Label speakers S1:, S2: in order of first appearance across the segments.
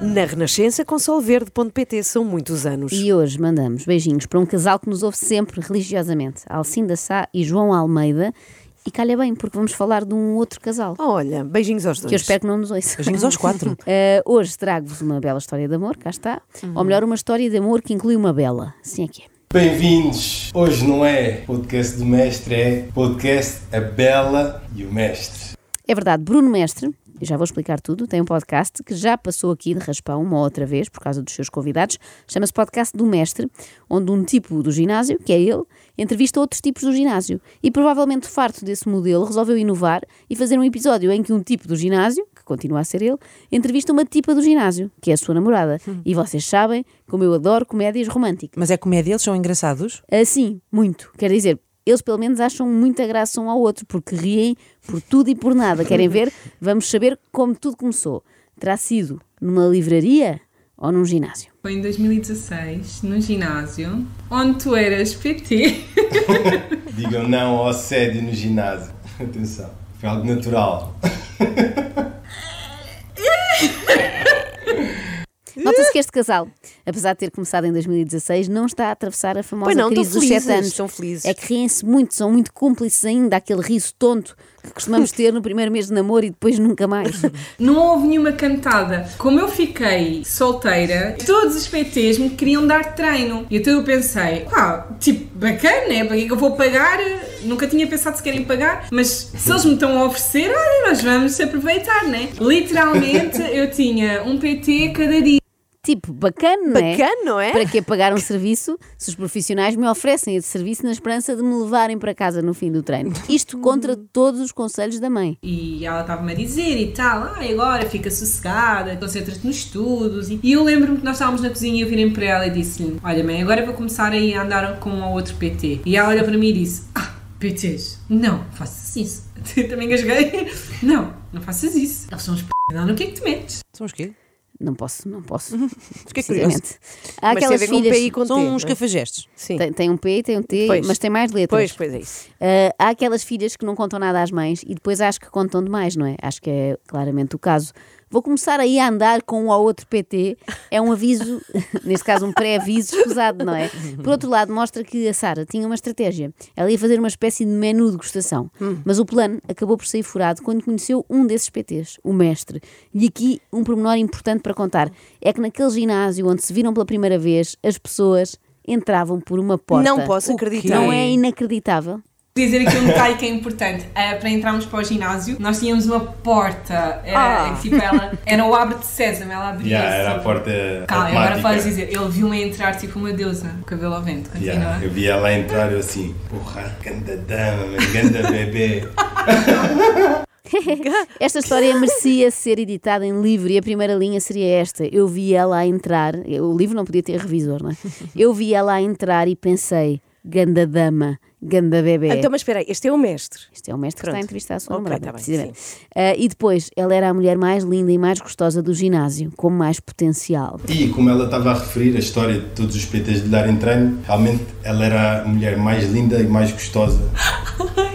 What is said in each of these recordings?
S1: na Renascença com solverde.pt são muitos anos.
S2: E hoje mandamos beijinhos para um casal que nos ouve sempre religiosamente, Alcinda Sá e João Almeida. E calha bem, porque vamos falar de um outro casal.
S1: Olha, beijinhos aos dois.
S2: Que eu espero que não nos ouça.
S1: Beijinhos aos quatro. Uhum.
S2: Eh, hoje trago-vos uma bela história de amor, cá está. Ou melhor, uma história de amor que inclui uma bela. Assim é que é.
S3: Bem-vindos! Hoje não é podcast do mestre, é podcast A Bela e o Mestre.
S2: É verdade, Bruno Mestre, e já vou explicar tudo, tem um podcast que já passou aqui de raspão uma outra vez por causa dos seus convidados. Chama-se Podcast do Mestre, onde um tipo do ginásio, que é ele, entrevista outros tipos do ginásio. E provavelmente farto desse modelo, resolveu inovar e fazer um episódio em que um tipo do ginásio, que continua a ser ele, entrevista uma tipa do ginásio, que é a sua namorada. E vocês sabem como eu adoro comédias românticas.
S4: Mas é comédia, eles são engraçados.
S2: Assim, muito. Quer dizer, eles pelo menos acham muita graça um ao outro, porque riem por tudo e por nada. Querem ver? Vamos saber como tudo começou. Terá sido numa livraria ou num ginásio?
S5: Foi em 2016, no ginásio, onde tu eras PT.
S3: Digam não ao assédio no ginásio. Atenção, foi algo natural.
S2: Nota-se que este casal, apesar de ter começado em 2016, não está a atravessar a famosa
S1: Pois não,
S2: crise
S1: estão
S2: dos 7
S1: felizes,
S2: anos.
S1: estão felizes.
S2: É que riem-se muito, são muito cúmplices ainda aquele riso tonto que costumamos ter no primeiro mês de namoro e depois nunca mais.
S5: Não houve nenhuma cantada. Como eu fiquei solteira, todos os PTs me queriam dar treino. E então eu pensei, pá, tipo, bacana, né? Para que é que eu vou pagar? Nunca tinha pensado se querem pagar, mas se eles me estão a oferecer, olha, nós vamos aproveitar, né? Literalmente eu tinha um PT cada dia.
S2: Tipo, bacana, não é?
S1: Bacana, não é?
S2: Para que pagar um serviço se os profissionais me oferecem esse serviço na esperança de me levarem para casa no fim do treino? Isto contra
S1: Hum.
S2: todos os conselhos da mãe.
S5: E ela estava-me a dizer e tal, ah, agora fica sossegada, concentra-te nos estudos. E e eu lembro-me que nós estávamos na cozinha e eu virei para ela e disse-lhe: Olha, mãe, agora vou começar aí a andar com o outro PT. E ela olhou para mim e disse: Ah, PTs, não faças isso. Também gasguei. Não, não faças isso. Eles são os p. Não, no que é que te metes?
S4: São os quê?
S2: Não posso, não posso.
S4: Fiquei curioso.
S2: sinceramente. Há
S1: é Mas tem a
S2: aquelas
S1: ver com
S2: filhas.
S1: PI com
S4: São
S1: T,
S4: uns
S1: não é?
S4: cafajestes.
S1: Sim.
S2: Tem, tem um P, tem um T,
S1: Pois.
S2: mas tem mais
S1: Pois,
S2: letras.
S1: pois é isso.
S2: Ah, há aquelas filhas que não contam nada às mães e depois acho que contam demais, não é? Acho que é claramente o caso. Vou começar aí a andar com um ou outro PT. É um aviso, neste caso um pré-aviso escusado, não é? Por outro lado, mostra que a Sara tinha uma estratégia. Ela ia fazer uma espécie de menu de degustação. Mas o plano acabou por sair furado quando conheceu um desses PTs, o mestre. E aqui um pormenor importante para contar. É que naquele ginásio onde se viram pela primeira vez, as pessoas entravam por uma porta.
S1: Não posso
S4: O quê?
S1: acreditar. Ah,
S2: Não é inacreditável?
S5: Dizer aqui um detalhe que é importante. Ah, para entrarmos para o ginásio, nós tínhamos uma porta. Era,
S1: Ah.
S5: tipo, ela, era o abre de Sésamo, ela abria
S3: Yeah, era a
S5: assim.
S3: porta
S5: Calma, agora
S3: automática.
S5: podes dizer, ele viu-me entrar tipo uma deusa, o cabelo ao vento, continua.
S3: Yeah, eu vi ela entrar eu assim, porra, ganda dama, man, ganda bebê.
S2: Esta história merecia ser editada em livro e a primeira linha seria esta. Eu vi ela a entrar, o livro não podia ter revisor, não é? Eu vi ela a entrar e pensei, ganda dama, ganda bebê.
S1: Então, mas espera aí, este é o mestre.
S2: Este é o mestre que está a
S1: Pronto.
S2: entrevistar a sua
S1: Ok,
S2: namorada,
S1: tá bem,
S2: precisamente. Ah, e depois, ela era a mulher mais linda e mais gostosa do ginásio, com mais potencial.
S3: E como ela estava a referir a história de todos os PTs de darem treino, realmente ela era a mulher mais linda e mais gostosa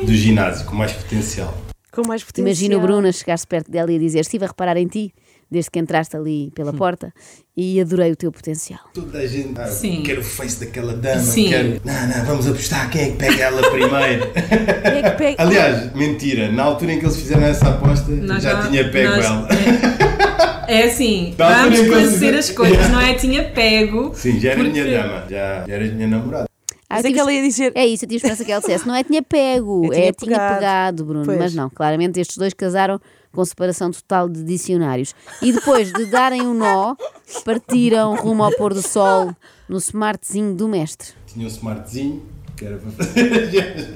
S3: do ginásio, com mais potencial.
S1: Com mais potencial.
S2: Imagina o Bruno a chegar-se perto dela e a dizer, estive a reparar em ti, desde que entraste ali pela
S1: Hum.
S2: porta, e adorei o teu potencial.
S3: Toda a gente, ah,
S5: Sim.
S3: quero o face daquela dama,
S5: Sim.
S3: quero... Não, não, vamos apostar quem é que pega ela primeiro.
S1: Quem é que pega?
S3: Aliás, mentira, na altura em que eles fizeram essa aposta,
S5: Nós
S3: já, tinha pego
S5: nós-
S3: ela.
S5: É, é assim,
S3: Nós
S5: vamos
S3: podemos
S5: esclarecer
S3: considerar-
S5: as coisas, não é? Tinha pego.
S3: Sim, já era
S5: porque-
S3: minha dama, já, já era minha namorada.
S2: Ah, eu
S4: Mas é
S2: tive
S4: que ela ia dizer.
S2: É isso, eu tinha esperança que ela dissesse. Não é tinha pego,
S4: Eu
S2: é
S4: tinha
S2: tinha
S4: pegado.
S2: pegado, Bruno.
S1: Pois.
S2: Mas não, claramente estes dois casaram com separação total de dicionários. E depois de darem um nó, partiram rumo ao pôr do sol no smartzinho do mestre.
S3: Tinha um smartzinho, que era para fazer as viagens-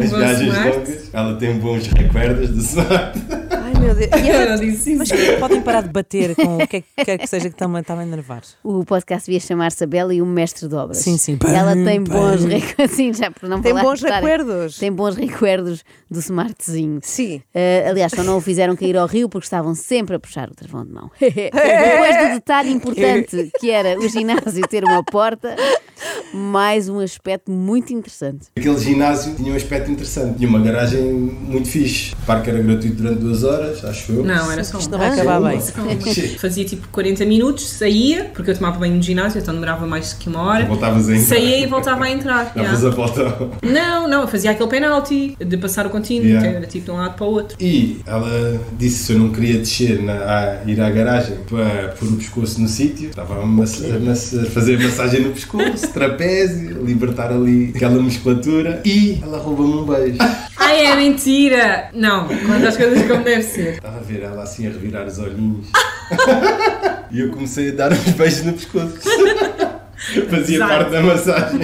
S3: as
S5: bom
S3: viagens
S5: smart.
S3: longas. Ela tem bons recuerdos do smart.
S1: Ai, meu Deus. E ela-
S5: Ela disse isso.
S4: Mas podem parar de bater com o que é que quer que seja que está-me está a enervar.
S2: O podcast devia chamar-se a Bela e o mestre de obras.
S4: Sim, sim.
S2: Ela
S4: Pam,
S2: tem bons
S4: pam.
S2: recordos. Sim, já por não
S1: Tem
S2: falar-
S1: bons
S2: estarem-
S1: recuerdos.
S2: Tem bons recuerdos do smartzinho.
S1: Sim.
S2: Uh, aliás, só não o fizeram cair ao rio porque estavam sempre a puxar o travão de mão. Depois do detalhe importante que era o ginásio ter uma porta, mais um aspecto muito interessante.
S3: Aquele ginásio tinha um aspecto interessante, tinha uma garagem muito fixe. O parque era gratuito durante duas horas, acho eu.
S5: Não, é era só
S4: Isto
S5: uma.
S4: não vai
S1: Ah,
S4: acabar bem.
S5: Só uma. Fazia tipo 40 minutos, saía, porque eu tomava banho no ginásio, então demorava mais que uma hora.
S3: Voltavas a entrar.
S5: Saía e voltava a entrar.
S3: Davas
S5: yeah.
S3: a volta.
S5: Não, não, eu fazia aquele penalti de passar o contínuo,
S3: Yeah.
S5: que era tipo de um lado para o outro.
S3: E ela disse se eu não queria descer, na, a, ir à garagem para pôr o um pescoço no sítio. Estava a, massa- a massa- a fazer massagem no pescoço, trapézio, libertar ali aquela musculatura. E ela roubou-me um beijo.
S5: Ai, é mentira! Não, conta as coisas como deve ser.
S3: Estava a ver ela assim a revirar os olhinhos. e eu comecei a dar uns beijos no pescoço. Fazia
S5: Exato.
S3: parte da massagem.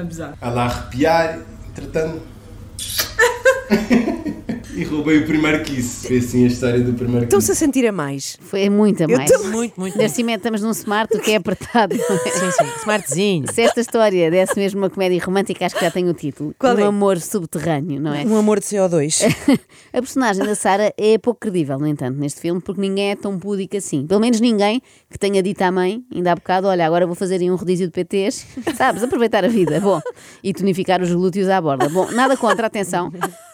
S5: Abusar.
S3: Ela a arrepiar, entretanto. e roubei o primeiro kiss. Foi assim a história do primeiro
S1: Estão-se a
S3: kiss.
S1: sentir a mais.
S2: Foi muita
S1: Eu
S2: mais.
S1: também.
S4: Muito, muito.
S2: Neste momento estamos num smart, o que é apertado. não é?
S4: Sim, sim. Smartzinho.
S2: Se esta história desse mesmo uma comédia romântica, acho que já tem o título.
S1: Qual
S2: um
S1: é?
S2: amor subterrâneo, não é?
S4: Um amor de CO2.
S2: A personagem da Sara é pouco credível, no entanto, neste filme, porque ninguém é tão púdico assim. Pelo menos ninguém que tenha dito à mãe, ainda há bocado, olha, agora vou fazer aí um rodízio de PTs, sabes, aproveitar a vida, bom, e tonificar os glúteos à borda. Bom, nada contra, atenção.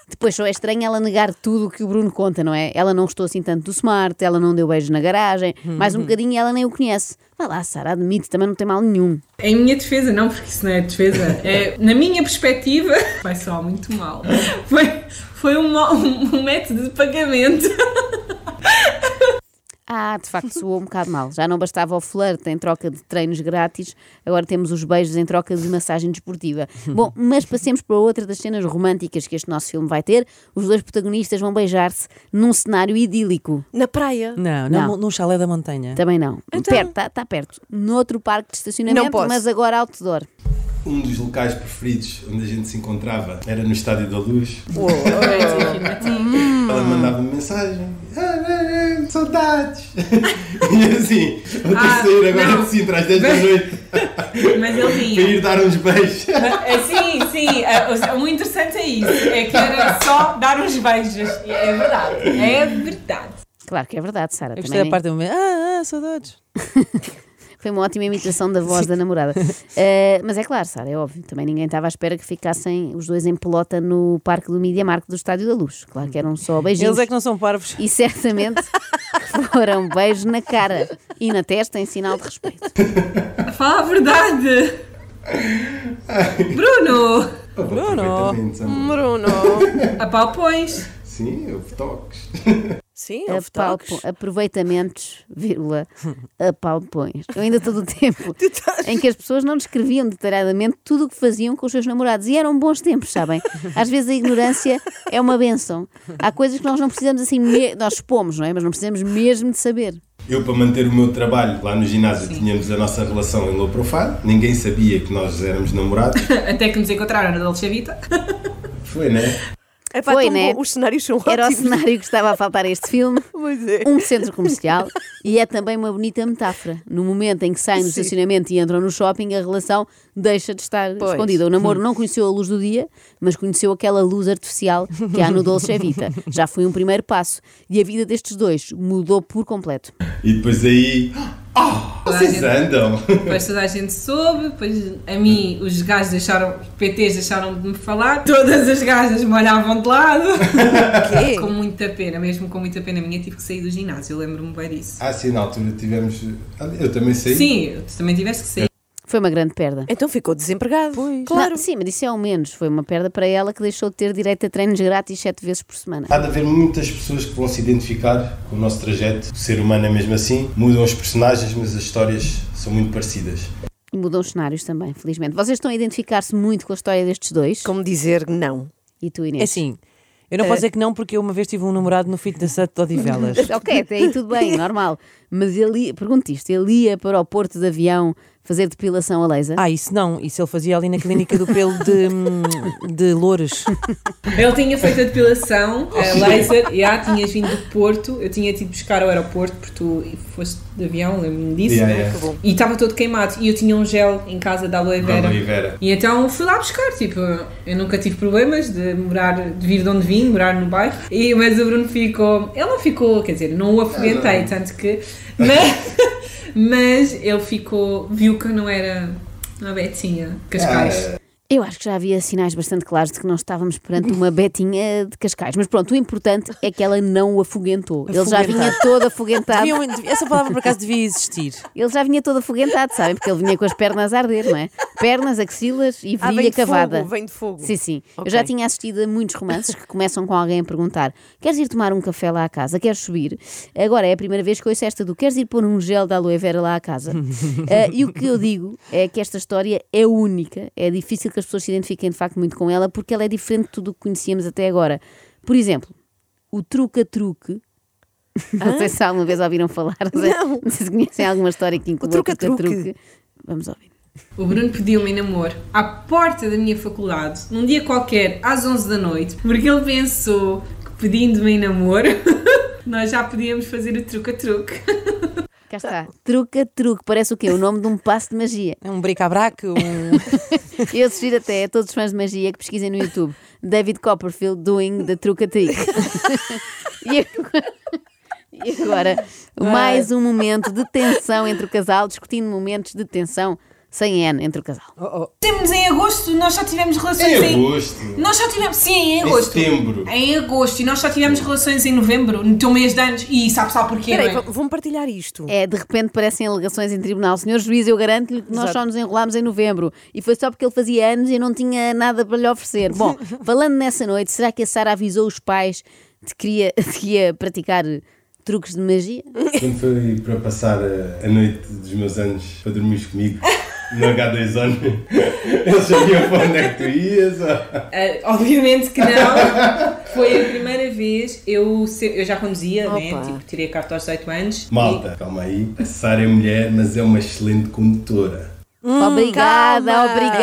S2: Depois só é estranho ela negar tudo o que o Bruno conta, não é? Ela não gostou assim tanto do smart, ela não deu beijos na garagem, mais um bocadinho e ela nem o conhece. Vá lá, Sara, admite, também não tem mal nenhum.
S5: Em É minha defesa, não, porque isso não é defesa, é, na minha perspectiva, vai soar muito mal. Foi, foi um, mo- um método de pagamento.
S2: Ah, de facto soou um bocado mal. Já não bastava o flirt em troca de treinos grátis, agora temos os beijos em troca de massagem desportiva. Bom, mas passemos para outra das cenas românticas que este nosso filme vai ter. Os dois protagonistas vão beijar-se num cenário idílico.
S1: Na praia.
S4: Não,
S2: Não.
S4: não. num chalé da montanha.
S2: Também não.
S1: Então-
S2: Perto, está perto. Noutro parque de estacionamento,
S1: Não posso.
S2: mas agora outdoor.
S3: Um dos locais preferidos onde a gente se encontrava era no Estádio da Luz.
S5: Hum.
S3: Ela mandava me mensagem. "Ah, ah, ah, Saudades! e assim, vou ter
S5: Ah,
S3: que sair agora
S5: não.
S3: assim, às 10 da
S5: Mas-
S3: noite,
S5: Mas ele
S3: para
S5: vinha.
S3: ir dar uns beijos.
S5: É, sim, sim. é, o- o interessante é isso. É que era só dar uns beijos. É verdade. É verdade.
S2: Claro que é verdade, Sara.
S4: Eu gostei
S2: também
S4: da parte do momento. Ah, ah, saudades.
S2: Foi uma ótima imitação da voz da namorada. Eh, mas é claro, Sara, é óbvio. Também ninguém estava à espera que ficassem os dois em pelota no parque do Media Marco do Estádio da Luz. Claro que eram só beijinhos.
S4: Eles é que não são parvos.
S2: E certamente foram beijos na cara e na testa em sinal de respeito.
S5: Fala a verdade. Bruno,
S3: Eu vou
S4: Bruno.
S3: perfeitamente, amor.
S1: Bruno.
S5: apalpões.
S3: Sim, houve toques.
S1: Sim, houve
S2: Apalpo-
S1: toques.
S2: aproveitamente, vírgula, apalpões. Eu ainda todo o tempo em que as pessoas não descreviam detalhadamente tudo o que faziam com os seus namorados. E eram bons tempos, sabem? Às vezes a ignorância é uma benção. Há coisas que nós não precisamos assim, me- nós expomos, não é? Mas não precisamos mesmo de saber.
S3: Eu, para manter o meu trabalho lá no ginásio, tínhamos a nossa relação em low profile. Ninguém sabia que nós éramos namorados.
S5: Até que nos encontraram na Dolce Vita.
S3: Foi, né?
S1: É pá,
S2: Foi,
S1: tão
S2: né?
S1: bom. Os cenários são
S2: Era o
S1: ótimos.
S2: cenário que estava a faltar a este filme.
S1: Pois é.
S2: um centro comercial e é também uma bonita metáfora. No momento em que saem do
S1: Sim.
S2: estacionamento e entram no shopping, a relação deixa de estar
S1: Pois. Hum.
S2: escondida. O namoro não conheceu a luz do dia, mas conheceu aquela luz artificial que há no Dolce Vita. Já foi um primeiro passo e a vida destes dois mudou por completo.
S3: E depois aí. Oh, vocês andam!
S5: Depois toda a gente soube, depois a mim os gajos deixaram, os PTs deixaram de me falar, todas as gajas me olhavam de lado.
S1: Quê?
S5: Com muita pena, mesmo com muita pena minha, tive que sair do ginásio, eu lembro-me bem disso.
S3: Ah, sim, na altura tivemos. Eu também saí.
S5: Sim, tu também tiveste que sair.
S2: Foi uma grande perda.
S1: Então ficou desempregado.
S2: Não,
S1: Claro.
S2: sim, mas isso é ao menos. Foi uma perda para ela que deixou de ter direito a treinos grátis sete vezes por semana.
S3: Há de haver muitas pessoas que vão se identificar com o nosso trajeto. O ser humano é mesmo assim. Mudam os personagens, mas as histórias são muito parecidas.
S2: E mudou os cenários também, felizmente. Vocês estão a identificar-se muito com a história destes dois?
S1: Como dizer não.
S2: E tu,
S4: É
S2: Inês?
S4: assim. Eu não posso dizer que não, porque eu uma vez tive um namorado no fitness de Odivelas.
S2: Ok, até aí tudo bem, normal. Mas ele ia, pergunto isto, ele ia para o porto de avião fazer depilação a laser?
S4: Ah, isso não. Isso ele fazia ali na clínica do pelo de, hum, de Loures.
S5: Ele tinha feito a depilação, a laser, e ah, tinhas vindo do Porto, eu tinha tido buscar ao aeroporto porque tu foste de avião, lembro-me disso,
S3: Yeah,
S5: né?
S3: yeah.
S1: Que bom.
S5: E estava todo queimado, e eu tinha um gel em casa da aloe
S3: Da
S5: vera.
S3: aloe vera.
S5: E então fui lá buscar, tipo, eu nunca tive problemas de morar, de vir de onde vim, morar no bairro. E, mas o Bruno ficou, ele não ficou, quer dizer, não o afoguentei, tanto que. Mas, mas ele ficou, viu que eu não era Uma Betinha. Cascais.
S2: Eu acho que já havia sinais bastante claros de que nós estávamos perante uma betinha de Cascais. Mas pronto, o importante é que ela não o afoguentou. Ele já vinha todo afoguentado.
S4: Deviam- dev- essa palavra por acaso um- devia existir.
S2: Ele já vinha todo afoguentado, sabem? Porque ele vinha com as pernas a arder, não é? Pernas, axilas e
S1: Ah,
S2: virilha
S1: vem de
S2: cavada.
S1: fogo, vem de fogo.
S2: Sim, sim. Eu
S1: Ok.
S2: já tinha assistido a muitos romances que começam com alguém a perguntar: queres ir tomar um café lá à casa? Queres subir? Agora é a primeira vez que ouço esta do queres ir pôr um gel da aloe vera lá à casa? Ah, e o que eu digo é que esta história é única, é difícil que as pessoas se identifiquem de facto muito com ela porque ela é diferente de tudo o que conhecíamos até agora. Por exemplo, o truca-truque. Não sei se alguma vez ouviram falar, não sei,
S1: Não.
S2: não sei se conhecem alguma história que inclua o
S1: truca-truque.
S2: truca-truque. Vamos ouvir.
S5: O Bruno pediu-me em namoro à porta da minha faculdade, num dia qualquer, às 11 da noite, porque ele pensou que pedindo-me em namoro, nós já podíamos fazer o truque-a-truque.
S2: Cá está. Truca-truque. Parece o quê? O nome de um passo de magia.
S4: É Um bric-a-brac, um.
S2: Eu sugiro até a todos os fãs de magia que pesquisem no YouTube David Copperfield doing the truck a trick. e agora, e agora, mais um momento de tensão entre o casal, discutindo momentos de tensão sem N entre o casal.
S5: Temos em agosto, nós só tivemos relações
S3: Em agosto.
S5: Nós só tivemos, sim, em
S3: Em
S5: agosto.
S3: setembro.
S5: Em agosto. E nós só tivemos relações em novembro, no teu mês de anos. E sabe só porquê,
S1: Espera aí,
S5: não é?
S1: vão- vão partilhar isto.
S2: É, de repente parecem alegações em tribunal. Senhor juiz, eu garanto-lhe que nós
S1: Exato.
S2: só nos enrolámos em novembro. E foi só porque ele fazia anos e eu não tinha nada para lhe oferecer. Bom, falando nessa noite, será que a Sara avisou os pais de que ia, de que ia praticar truques de magia?
S3: Quando foi para passar a, a noite dos meus anos para dormires comigo no H2 Zone, eles sabiam para onde é que tu ias. ó.
S5: Ah, obviamente que não. Foi a primeira vez. Eu, se- eu já conduzia, né?
S1: Opa.
S5: Tipo, tirei a carta aos 18 anos.
S3: Malta, calma aí. A Sara é mulher, mas é uma excelente condutora.
S2: obrigada,
S4: Calma.
S2: obrigada.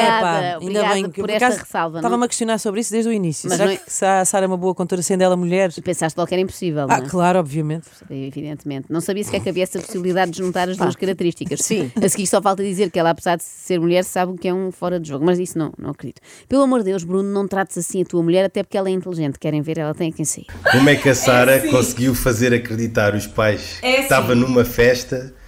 S4: Epá,
S2: obrigada
S4: que eu,
S2: por
S4: por
S2: esta
S4: acaso,
S2: ressalva. não é?
S4: Estava-me a questionar sobre isso desde o início.
S2: Mas
S4: Será
S2: não é-
S4: que se a Sara é uma boa contora sendo ela mulher?
S2: E pensaste logo que era impossível,
S4: Ah,
S2: não é?
S4: claro, obviamente.
S2: Evidentemente. Não sabia sequer que havia essa possibilidade de juntar as duas características.
S1: Sim.
S2: A seguir só falta dizer que ela, apesar de ser mulher, sabe o que é um fora de jogo. Mas isso não, não acredito. Pelo amor de Deus, Bruno, não trates assim a tua mulher, até porque ela é inteligente. Querem ver, ela tem a quem sair.
S3: Como é que a Sara
S5: assim.
S3: conseguiu fazer acreditar os pais
S5: É
S3: que estava
S5: assim.
S3: numa festa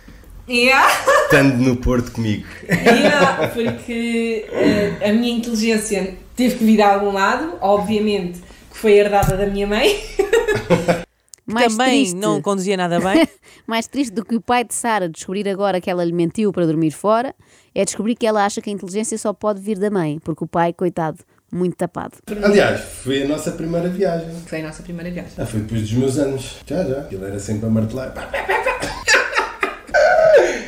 S5: Yeah.
S3: estando no Porto comigo?
S5: Yeah, ah, porque eh, a minha inteligência teve que vir de algum lado, obviamente que foi herdada da minha mãe.
S2: Mais
S4: Também
S2: triste,
S4: não conduzia nada bem.
S2: mais triste do que o pai de Sara descobrir agora que ela lhe mentiu para dormir fora é descobrir que ela acha que a inteligência só pode vir da mãe, porque o pai, coitado, muito tapado.
S3: Aliás, foi a nossa primeira viagem.
S5: Foi a nossa primeira viagem.
S3: Ah, foi depois dos meus anos. Já, já. Ele era sempre a martelar. Pá, pá, pá, pá.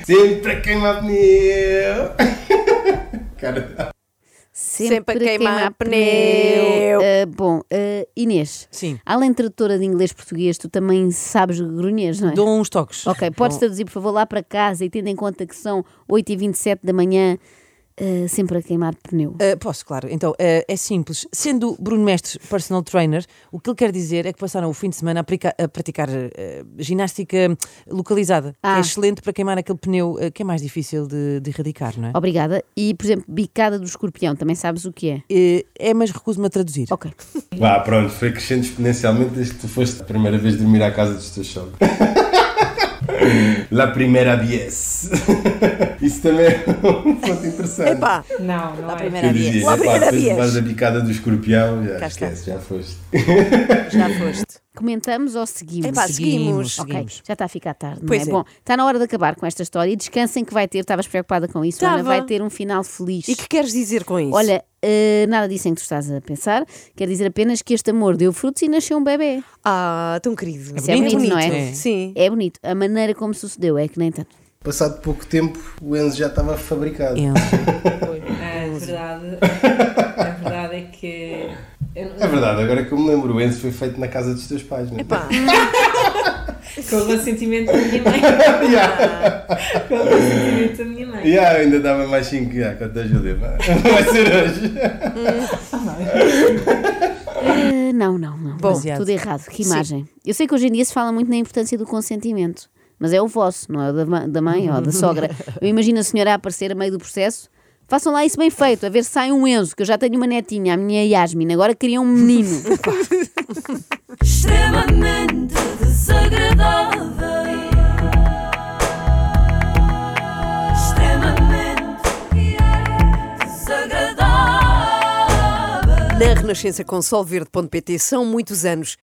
S3: sempre a queimar pneu. Cara,
S1: Sempre a queimar pneu.
S2: Ah, bom, ah, Inês,
S4: Sim.
S2: além de tradutora de inglês-português, tu também sabes grunhês, não é?
S4: Dou uns toques.
S2: Ok, podes
S4: Dou-
S2: traduzir, por favor, lá para casa e tendo em conta que são 8h27 da manhã, ah, sempre a queimar pneu.
S4: Ah, posso, claro. Então, ah, é simples. Sendo Bruno Mestre personal trainer, o que ele quer dizer é que passaram o fim de semana a, aplica- a praticar ah, ginástica localizada, que
S2: Ah.
S4: é excelente para queimar aquele pneu ah, que é mais difícil de, de erradicar, não é?
S2: Obrigada. E, por exemplo, bicada do escorpião, também sabes o que é?
S4: Eh, é, mas recuso-me a traduzir.
S2: Ok.
S3: Vá, pronto, foi crescendo exponencialmente desde que tu foste a primeira vez dormir à casa dos teus sogros. La primeira vez. Isso também é um ponto interessante.
S1: É. Epá,
S5: Não, não
S4: À
S5: é.
S4: primeira
S3: Eu
S4: vez.
S3: dizia,
S1: La
S3: epá,
S1: primeira
S3: depois
S1: vez.
S3: de levares a bicada do escorpião, já
S4: Cá está.
S3: esquece, já foste.
S1: já foste.
S2: Comentamos ou seguimos?
S1: Epá,
S4: Seguimos,
S1: seguimos.
S2: Ok,
S4: seguimos.
S2: já está a ficar tarde, não
S4: Pois
S2: é?
S4: é.
S2: Bom, está na hora de acabar com esta história e descansem que vai ter, estavas preocupada com isso, Ana,
S1: Estava.
S2: vai ter um final feliz.
S1: E que queres dizer com isso?
S2: Olha, eh, nada disso em que tu estás a pensar, quer dizer apenas que este amor deu frutos e nasceu um bebê.
S1: Ah, tão querido.
S2: Isso é bonito, não é?
S4: É.
S1: Sim.
S2: É bonito. A maneira como sucedeu é que nem tanto.
S3: Passado pouco tempo, o Enzo já estava fabricado.
S4: Enzo.
S5: É verdade. A verdade é que. eu não-
S3: É verdade, agora que eu me lembro, o Enzo foi feito na casa dos teus pais, não é?
S1: Epá,
S5: Com o consentimento da minha mãe.
S3: Yeah.
S5: Com o consentimento da minha mãe.
S3: Yeah, ainda dava mais 5 yeah, quanto ajuda. Vai ser hoje.
S2: Eh, não, não, não.
S4: Bom.
S2: Não, tudo errado. Que imagem. Eu sei que hoje em dia se fala muito na importância do consentimento, mas é o vosso, não é o da, ma- da mãe ou da sogra. Eu imagino a senhora a aparecer a meio do processo. Façam lá isso bem feito, a ver se sai um Enzo, que eu já tenho uma netinha, a minha Yasmin, agora queria um menino.
S6: extremamente desagradável. Extremamente.
S1: Na Renascença com solverde.pt são muitos anos